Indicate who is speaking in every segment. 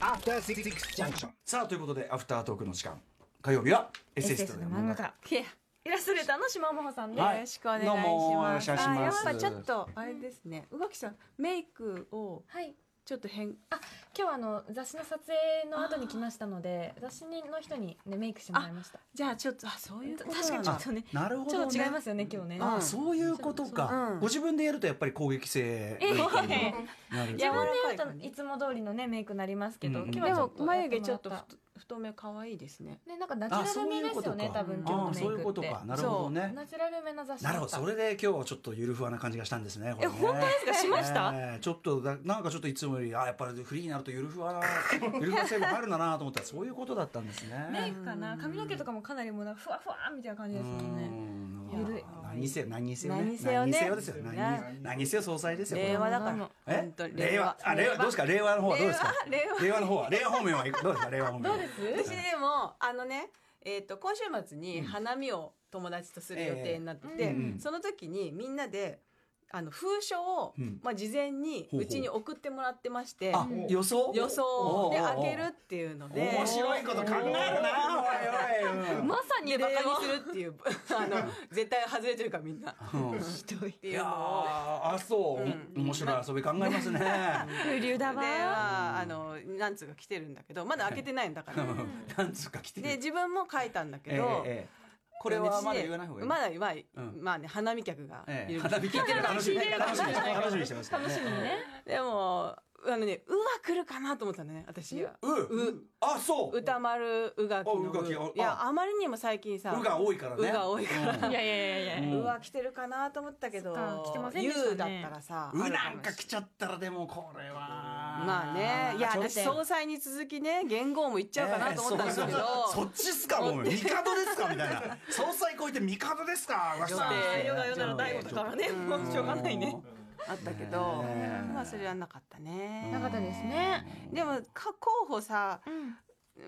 Speaker 1: After Six Junction. さあということでアフタートークの時間火曜日はエッセイストの漫画家
Speaker 2: いやイラストレーターの島真帆さんです、
Speaker 1: はい
Speaker 2: よろしくお願いし
Speaker 1: どうもお願
Speaker 2: ま
Speaker 1: い
Speaker 2: す
Speaker 1: します
Speaker 2: あやっぱちょっとあれですね宇垣さんメイクを
Speaker 3: はい。
Speaker 2: ちょっと変
Speaker 3: 今日はあの雑誌の撮影の後に来ましたので、雑誌の人にねメイクしてもらいました。
Speaker 2: じゃあちょっとあそういうこと
Speaker 3: 確か
Speaker 2: なん
Speaker 3: にちょ
Speaker 2: だ
Speaker 3: っとね、
Speaker 1: なるほ
Speaker 3: ちょ
Speaker 1: ど
Speaker 3: っと違いますよね今日ね。
Speaker 1: あ
Speaker 2: う
Speaker 1: あ
Speaker 2: ん
Speaker 1: そういうことか、
Speaker 2: うん
Speaker 1: ご自分でやるとやっぱり攻撃性が
Speaker 3: え
Speaker 1: いいという
Speaker 3: え
Speaker 1: な
Speaker 3: 自
Speaker 1: る
Speaker 3: 分でや
Speaker 2: 柔らかい感
Speaker 3: る
Speaker 2: じ
Speaker 3: といつも通りのねメイクになりますけど、
Speaker 1: うんうん
Speaker 3: 今日
Speaker 2: で
Speaker 3: はちょ
Speaker 2: も
Speaker 3: っと
Speaker 2: 眉毛ちょっと
Speaker 3: やもらた
Speaker 2: 太太め可愛いですね
Speaker 3: ねなんかナチュラルめですよね
Speaker 1: あ
Speaker 3: 多分今日のメ
Speaker 1: そうああ
Speaker 2: いう
Speaker 3: イ
Speaker 1: そういう
Speaker 3: ク
Speaker 1: こ
Speaker 3: っ
Speaker 1: と
Speaker 3: て
Speaker 1: か。なるほどね
Speaker 3: ナチュラルめな雑誌だ
Speaker 1: な
Speaker 3: った。
Speaker 1: るほどそれで今日はちょっとゆるふわな感じがしたんですねこれね
Speaker 2: ですかしま
Speaker 1: ええちょっとだなんかちょっといつもよりあやっぱりフリーになるとゆるふわなゆるふわ成分入るんだなと思ったらそういうことだったんです
Speaker 3: メイ
Speaker 1: ね。
Speaker 3: クかな髪の毛とかもかなりもうなんかふわふわみたいな感じ
Speaker 1: う
Speaker 3: ですもんね。
Speaker 1: ん
Speaker 3: ゆるい
Speaker 1: 何せよ何せよね
Speaker 2: 何せよ
Speaker 1: 何
Speaker 2: ね
Speaker 1: せよですよ何何せよ総裁ですよこれ
Speaker 2: 令和だから
Speaker 3: こ
Speaker 1: え
Speaker 2: 本当に
Speaker 1: 令和あ令和どうですか令和の方はどうですか
Speaker 2: 令和令和
Speaker 1: 令和の方は令和方面は どうですか令和方面は
Speaker 2: 私でもあのねえっ、と今週末に花見を友達とする予定になってて、
Speaker 1: ええうん
Speaker 2: その時にみんなであの封書を、
Speaker 1: うん
Speaker 2: まあ、事前に
Speaker 1: ほうほう
Speaker 2: うちに送ってもらってまして
Speaker 1: あ
Speaker 3: うん
Speaker 1: 予想
Speaker 2: 予想
Speaker 1: お
Speaker 2: で
Speaker 1: うおうおう
Speaker 2: 開けるっていうので
Speaker 1: 面白いこと考えるなおいおいうん
Speaker 2: ま さにバカにするっていうあの絶対外れてるからみんな
Speaker 1: うん
Speaker 2: ひどいって
Speaker 1: い
Speaker 2: いう
Speaker 1: やー
Speaker 2: のを。
Speaker 1: あそう、
Speaker 2: うん
Speaker 1: 面白い遊び考えますね。
Speaker 3: 風流だ
Speaker 2: で
Speaker 3: わ。
Speaker 2: はあの何通か来てるんだけどまだ開けてないん だから、
Speaker 1: なんつうか来てる。
Speaker 2: で自分も書いたんだ
Speaker 1: え
Speaker 2: け
Speaker 1: え
Speaker 2: ど、
Speaker 1: ええこれはまだ言わない方がいい。
Speaker 2: まだ言わない、
Speaker 1: うん
Speaker 2: まあね花見客が
Speaker 1: え
Speaker 2: い
Speaker 1: え
Speaker 2: る、
Speaker 1: 花火聞いてる楽しみ楽しみ楽しみにしてますからね。楽しみね。
Speaker 2: でもあのね「う」は来るかなと思ったのね私
Speaker 1: う
Speaker 2: う
Speaker 1: あそう。
Speaker 2: 歌丸うがきの
Speaker 1: あうがきあ
Speaker 2: ういやあまりにも最近さ
Speaker 1: うが多いからね。
Speaker 2: うが多いから
Speaker 1: うん
Speaker 3: いやいやいやいや。
Speaker 2: うわ来てるかなと思ったけど
Speaker 3: そっか来てませんで
Speaker 2: ゆ
Speaker 3: したね
Speaker 2: うだったらさ
Speaker 1: う
Speaker 2: あるもしれ
Speaker 1: なんか来ちゃったらでもこれは。
Speaker 2: まあねいや
Speaker 1: ちょっと
Speaker 2: 私総裁に続きね元号もいっちゃうかなと思ったんですけど、
Speaker 1: ええそうそうそっちっすかもう帝ですかみたいな総裁超えて帝ですかわしさん
Speaker 2: だって
Speaker 3: ヨガヨガの大悟だからねもうしょうがないね。
Speaker 2: あったけど、
Speaker 1: ねえ
Speaker 2: まあそれはなかったね
Speaker 3: なかったですね。
Speaker 2: でもか候補さ
Speaker 3: うん。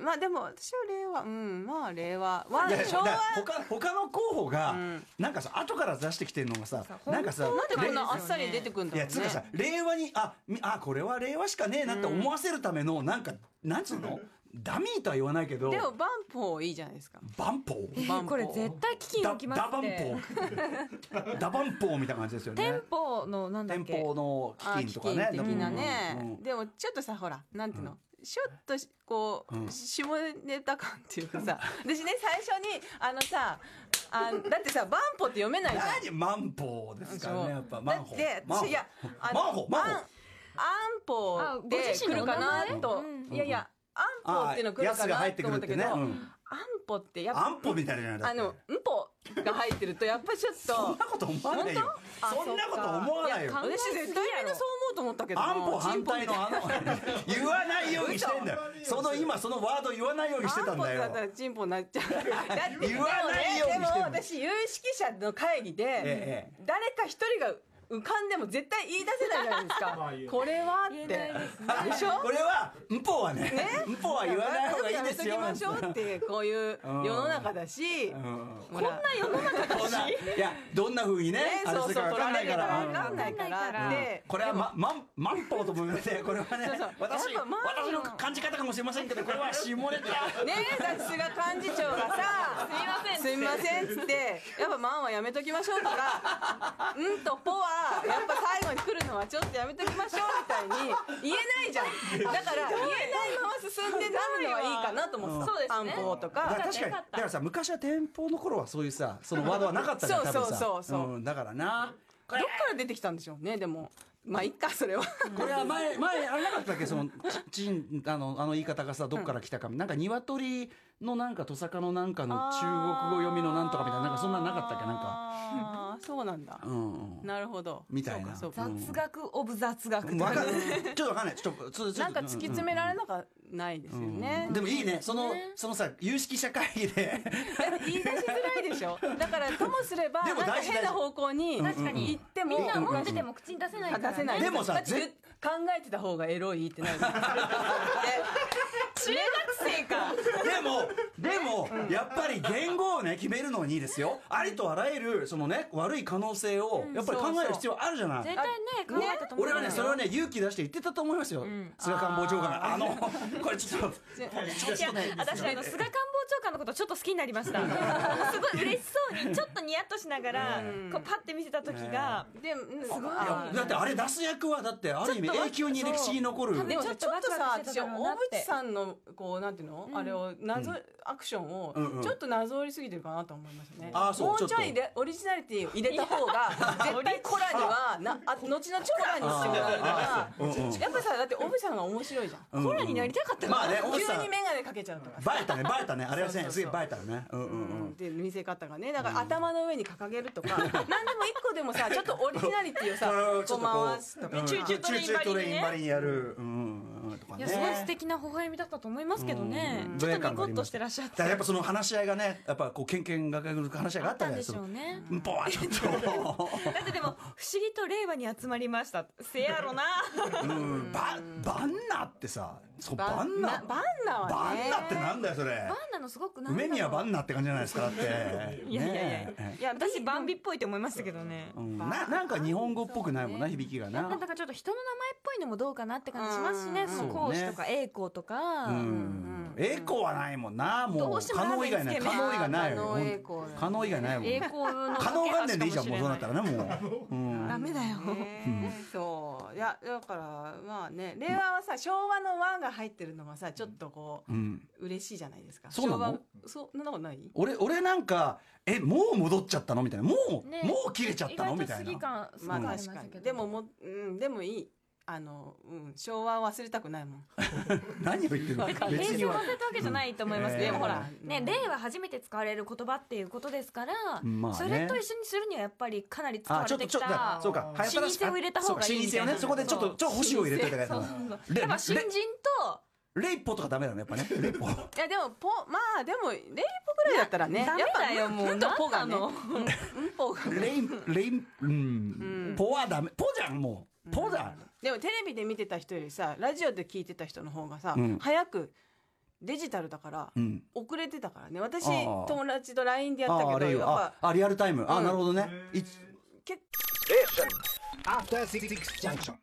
Speaker 2: まあでも私は令和うんまあ令和わ
Speaker 1: いや
Speaker 2: 昭和
Speaker 1: だから他他の候補が、
Speaker 2: うん
Speaker 1: なんかさ後から出してきてるのがさ
Speaker 3: そう
Speaker 1: なんかさ
Speaker 2: なんでこんなあ
Speaker 3: で
Speaker 2: っ
Speaker 3: すよね
Speaker 2: さり出てくるんだ
Speaker 1: い
Speaker 2: ろ
Speaker 1: や
Speaker 2: うね
Speaker 1: つうかさ令和にあみあこれは令和しかねえなって思わせるための、なんかなんつうのダミーとは言わないけど
Speaker 2: でもバンポーいいじゃないですか
Speaker 1: バンポー
Speaker 2: バンポー
Speaker 3: これ絶対危機が
Speaker 1: ダ
Speaker 3: 起きます
Speaker 1: ダバ
Speaker 3: っ
Speaker 1: ンポ
Speaker 3: て。
Speaker 1: ーダバンポーみたいな感じですよね
Speaker 3: 店舗のなんだっ
Speaker 1: 店
Speaker 3: け。
Speaker 1: 舗の
Speaker 2: あ
Speaker 1: 基金とか
Speaker 2: 基
Speaker 1: ね
Speaker 2: 金的なね、
Speaker 1: うんうん
Speaker 2: でもちょっとさほらなんていうの、ちょっとしこう、
Speaker 1: うん
Speaker 2: 下ネタ感っていうかさ私ね最初にあのさあだってさバンポって読めないじゃん
Speaker 1: 何マンポーですからねやっぱマンホ
Speaker 2: だって
Speaker 1: マンホ
Speaker 2: いやあ
Speaker 1: マンホマンホ
Speaker 2: 安安保で
Speaker 3: あご自
Speaker 2: 来
Speaker 3: 身の
Speaker 2: るか
Speaker 3: お名
Speaker 2: な
Speaker 3: 前
Speaker 2: と、
Speaker 3: うん
Speaker 2: いやいや安保っていうの来るか
Speaker 1: あ安が入
Speaker 2: な
Speaker 1: ってく
Speaker 2: と
Speaker 1: る
Speaker 2: 思
Speaker 1: っ
Speaker 2: った
Speaker 1: て
Speaker 2: け
Speaker 1: ね
Speaker 2: ど、
Speaker 1: うん
Speaker 2: 安保ってやっぱ
Speaker 1: 安保みたいなのじゃない
Speaker 2: あ
Speaker 1: だ
Speaker 2: の
Speaker 1: って
Speaker 2: 「んぽ」が入ってるとやっぱりちょっ
Speaker 1: そ
Speaker 2: と
Speaker 1: んなこと思わないよ
Speaker 2: あ
Speaker 1: そんなこと思わないよ
Speaker 2: そっかや私絶対みんなそう思うと思ったけどな
Speaker 1: 安保反対の
Speaker 2: 安
Speaker 1: あの言わないようにしてんだよその今そのワード言わないようにしてたん
Speaker 2: 保
Speaker 1: だ
Speaker 2: だ
Speaker 1: よ
Speaker 2: ったらチンポになっちゃ うだって
Speaker 1: 言わないようにしてんの
Speaker 2: でも私有識者の会議で、
Speaker 1: ええ
Speaker 2: 誰か一人が浮かんでも絶対言い出せないじゃないですか これはってでしょ
Speaker 1: これはんぽはねんぽは言わない方がいいですよ
Speaker 2: やめときましょうってこういう世の中だし、
Speaker 1: うん
Speaker 2: こんな世の中
Speaker 1: こんないやどんな風にね
Speaker 2: ね
Speaker 1: あれ
Speaker 2: そ
Speaker 1: す
Speaker 2: う
Speaker 1: る
Speaker 2: そ
Speaker 1: か
Speaker 2: う
Speaker 1: わ
Speaker 2: 取
Speaker 1: からんな
Speaker 2: れ
Speaker 1: い
Speaker 2: るか
Speaker 1: からら
Speaker 2: わかんないから
Speaker 3: うん
Speaker 2: で
Speaker 1: これはまマンマンポーと思いましてこれはね
Speaker 2: そう
Speaker 1: 私
Speaker 2: やっぱマン
Speaker 1: 私の感じ方かもしれませんけどこれは下ネ タ
Speaker 2: ねえだって菅幹事長がさ「すみません」っつって「やっぱマンはやめときましょう」とか「うん」と「ポ」はやっぱ最後に来るのはちょっとやめときましょうみたいに言えないじゃんだから言えないまま進んでなるのはいいかなと思って
Speaker 3: そうですね
Speaker 2: 安保と
Speaker 1: だ
Speaker 2: か
Speaker 1: から確かにだからさ昔は店舗の頃はそういうさそのワードはなかったじゃん
Speaker 2: そう
Speaker 1: 多分さ
Speaker 2: そうそうそう
Speaker 1: うんだからな
Speaker 2: どっから出てきたんでしょうねでもまあいっかそれは。
Speaker 1: これは前、前、あれなかったっけその、ちちん、あの、あの言い方がさ、どっから来たか、なんか鶏のなんか、トサカのなんかの中国語読みのなんとかみたいな、なんかそんなのなかったっけなんか。
Speaker 2: あーそうなんだ、
Speaker 1: うんうん。
Speaker 2: なるほど
Speaker 1: みたいな
Speaker 2: そうかそうか
Speaker 3: 雑学オブ雑学と
Speaker 1: わ
Speaker 3: か
Speaker 1: かんない ちょっとわかんない。ちょっと、ちょっと
Speaker 2: なんか突き詰め
Speaker 1: れ
Speaker 2: られなかないですよね、
Speaker 1: でもいいね。その、そのさ、有識者会議で。
Speaker 2: 言い出しづらいでしょだからともすれば
Speaker 1: で
Speaker 2: なん
Speaker 1: も
Speaker 2: か
Speaker 1: 大事
Speaker 2: 変な
Speaker 1: 大事
Speaker 2: 方向に行
Speaker 3: 確かに
Speaker 2: って
Speaker 3: みん
Speaker 2: も
Speaker 3: な思ってても口に出せないから、ね、
Speaker 2: 出せない
Speaker 1: でもさ
Speaker 2: だって
Speaker 1: ぜ
Speaker 2: 考えてた方がエロいってなるで中学生ねえか
Speaker 1: でも、でも、やっぱり言語をね、決めるのにですよ。ありとあらゆる、そのね、悪い可能性を、やっぱり考える必要あるじゃない。
Speaker 4: 絶対ね考えたと思う
Speaker 1: 俺はね、それはね、勇気出して言ってたと思いますよ。菅官房長官が。あの、これちょっと、
Speaker 4: いや私あの菅官房長官のことちょっと好きになりましたすごい嬉しそうにちょっとニヤッとしながら、こうパッて見せた時が、
Speaker 2: で、うん、すごい
Speaker 1: いやだってあれ出す役は、だってある意味永久に歴史に残る。
Speaker 2: でもちょっとさ
Speaker 4: ワクワクしてた
Speaker 2: 私
Speaker 4: だろうな
Speaker 2: 大
Speaker 4: って
Speaker 2: 渕さんのこうなんていうの、あれを謎アクションを
Speaker 1: うんうん
Speaker 2: ちょっとなぞりすぎてるかなと思いましたね、
Speaker 1: あーそう
Speaker 2: もう
Speaker 1: ちょっ
Speaker 2: ち
Speaker 1: と
Speaker 2: ょいでオリジナリティを入れた方が絶対コラには なあ後々コラにしてもらう
Speaker 1: あー
Speaker 2: か
Speaker 1: うんうん
Speaker 2: らやっぱさだって大渕さんが面白いじゃん
Speaker 1: うんうん
Speaker 4: コラになりたかった
Speaker 1: まあね、
Speaker 2: 急
Speaker 1: 奥さん
Speaker 2: に。眼鏡かけちゃうとかさ
Speaker 1: バレたね、バレたね。あれは
Speaker 2: そう
Speaker 1: ね
Speaker 2: そう
Speaker 1: すげえバレたね。うんうんうん。
Speaker 2: で見せ方がねだから頭の上に掲げるとか、なん、何でも一個で もさちょっとオリジナリティをさ
Speaker 1: それをちょ
Speaker 2: こ
Speaker 1: っ
Speaker 2: う
Speaker 1: とこう
Speaker 2: 回すとか、
Speaker 1: うん
Speaker 4: チューチュートレイン
Speaker 1: チューチュートレイン
Speaker 4: バ
Speaker 1: バリにやる。うんうんうん。とか
Speaker 4: い
Speaker 1: ね。
Speaker 4: やすごい素敵な微笑みだったと思いますけどね、
Speaker 1: うん
Speaker 4: ちょっ
Speaker 1: 存在
Speaker 4: と
Speaker 1: 感があ
Speaker 4: ニコ
Speaker 1: り
Speaker 4: ッ
Speaker 1: ま
Speaker 4: と
Speaker 1: し
Speaker 4: したてらっしゃっ
Speaker 1: だか
Speaker 4: た
Speaker 1: らやっぱその話し合いがね、やっぱこう、けんけんがかの話し合いがあった
Speaker 4: あったん
Speaker 1: じゃない
Speaker 4: で
Speaker 1: です
Speaker 4: し
Speaker 1: か
Speaker 4: ょ。うね
Speaker 1: うんぼわちょっと。
Speaker 4: だってでも不思議と令和に集まりましたせやろな
Speaker 1: うん、ババンナってさ、そうバ
Speaker 2: バ
Speaker 1: ン
Speaker 2: ンナ
Speaker 1: ナ、
Speaker 2: バンナ
Speaker 1: バ
Speaker 2: はね
Speaker 1: ンナってなんだよそれ
Speaker 4: バ。ンナのすごくなんだ
Speaker 1: 梅
Speaker 4: ろう
Speaker 1: 宮バンナって感じじゃないですかだって。
Speaker 4: いやいやいや
Speaker 1: ねえ
Speaker 4: いや私バンビっぽいと思いましたけどね
Speaker 1: うん、ななんか日本語っぽくないもんな響きがな。
Speaker 4: なんかちょっと人の名前っぽいのもどうかなって感じしますしね、
Speaker 2: うん
Speaker 4: その
Speaker 1: そう
Speaker 4: 講
Speaker 1: ね
Speaker 4: 師とか栄光とか、
Speaker 1: うん、栄光はないもんなも
Speaker 4: ど
Speaker 1: う
Speaker 4: うしても
Speaker 1: 可能以外ない
Speaker 4: ラーメンつけ
Speaker 1: 可
Speaker 4: 麺
Speaker 1: 能以外ない
Speaker 2: あ
Speaker 1: よ
Speaker 2: の
Speaker 1: ほん
Speaker 2: 栄光だね
Speaker 1: 可能以外ないも
Speaker 4: 栄
Speaker 1: ん
Speaker 4: 光の
Speaker 1: 可能元年でいいじゃんもうそうなったらねもう、うん、
Speaker 4: ダメだよ、
Speaker 2: ねそういやだからまあね令和はさ昭和の和が入ってるのがさちょっとこう、
Speaker 1: うん
Speaker 2: 嬉しいじゃないですか
Speaker 1: そうなの
Speaker 2: 昭和そうそんなことない
Speaker 1: 俺俺なんかえもう戻っちゃったのみたいなもう、
Speaker 3: ね
Speaker 1: もう切れちゃったのみたい
Speaker 3: 意外と
Speaker 1: な
Speaker 3: 過ぎ感すご
Speaker 2: ま
Speaker 3: く
Speaker 2: あ
Speaker 3: ありま
Speaker 2: 確
Speaker 3: した
Speaker 2: か
Speaker 3: けど
Speaker 2: にでももう、うん、でもいいあの、うん、昭和は忘れたくないもん
Speaker 1: 何を言ってるの
Speaker 4: 別に
Speaker 1: 別
Speaker 4: 平
Speaker 1: に
Speaker 4: 成を
Speaker 1: は
Speaker 4: 忘れたわけじゃないと思いますけど、
Speaker 1: うん
Speaker 4: でもほら、
Speaker 2: うん
Speaker 4: ね、令和初めて使われる言葉っていうことですから、
Speaker 1: まあね
Speaker 4: それと一緒にするにはやっぱりかなり使
Speaker 1: あ
Speaker 4: わ
Speaker 1: ちょ
Speaker 4: れ
Speaker 1: っとち
Speaker 4: て
Speaker 1: ょっ
Speaker 4: き
Speaker 1: とだ
Speaker 4: た
Speaker 1: そうか早から
Speaker 4: 老舗を入れた方がいいみた
Speaker 1: そうか老舗
Speaker 4: いな
Speaker 1: をねそこでちょっとちょっと星を入れてたからレ
Speaker 4: やっぱ新人
Speaker 1: レ
Speaker 4: と
Speaker 1: レイポとかダメなのやっぱねレイポ
Speaker 2: いやでもポまあでもレイポぐらいだったらね
Speaker 4: ダメだ
Speaker 2: や
Speaker 4: よ
Speaker 2: っぱ
Speaker 4: もう
Speaker 2: うんとポが
Speaker 4: 何
Speaker 2: ね
Speaker 4: なの
Speaker 2: うんうんポが
Speaker 1: レインレインうん、
Speaker 2: うん
Speaker 1: ポはダメポじゃんもうポだ、
Speaker 2: でもテレビで見てた人よりさラジオで聞いてた人の方がさ、
Speaker 1: うん
Speaker 2: 早くデジタルだから、
Speaker 1: うん
Speaker 2: 遅れてたからね私
Speaker 1: あー
Speaker 2: 友達と LINE でやった
Speaker 1: ああ
Speaker 2: け
Speaker 1: れ
Speaker 2: ど
Speaker 1: よ
Speaker 2: やっ
Speaker 1: あ
Speaker 2: ぱ
Speaker 1: あリアルタイムあ、
Speaker 2: うん
Speaker 1: なるほどねい
Speaker 2: 結
Speaker 5: After Six Junction.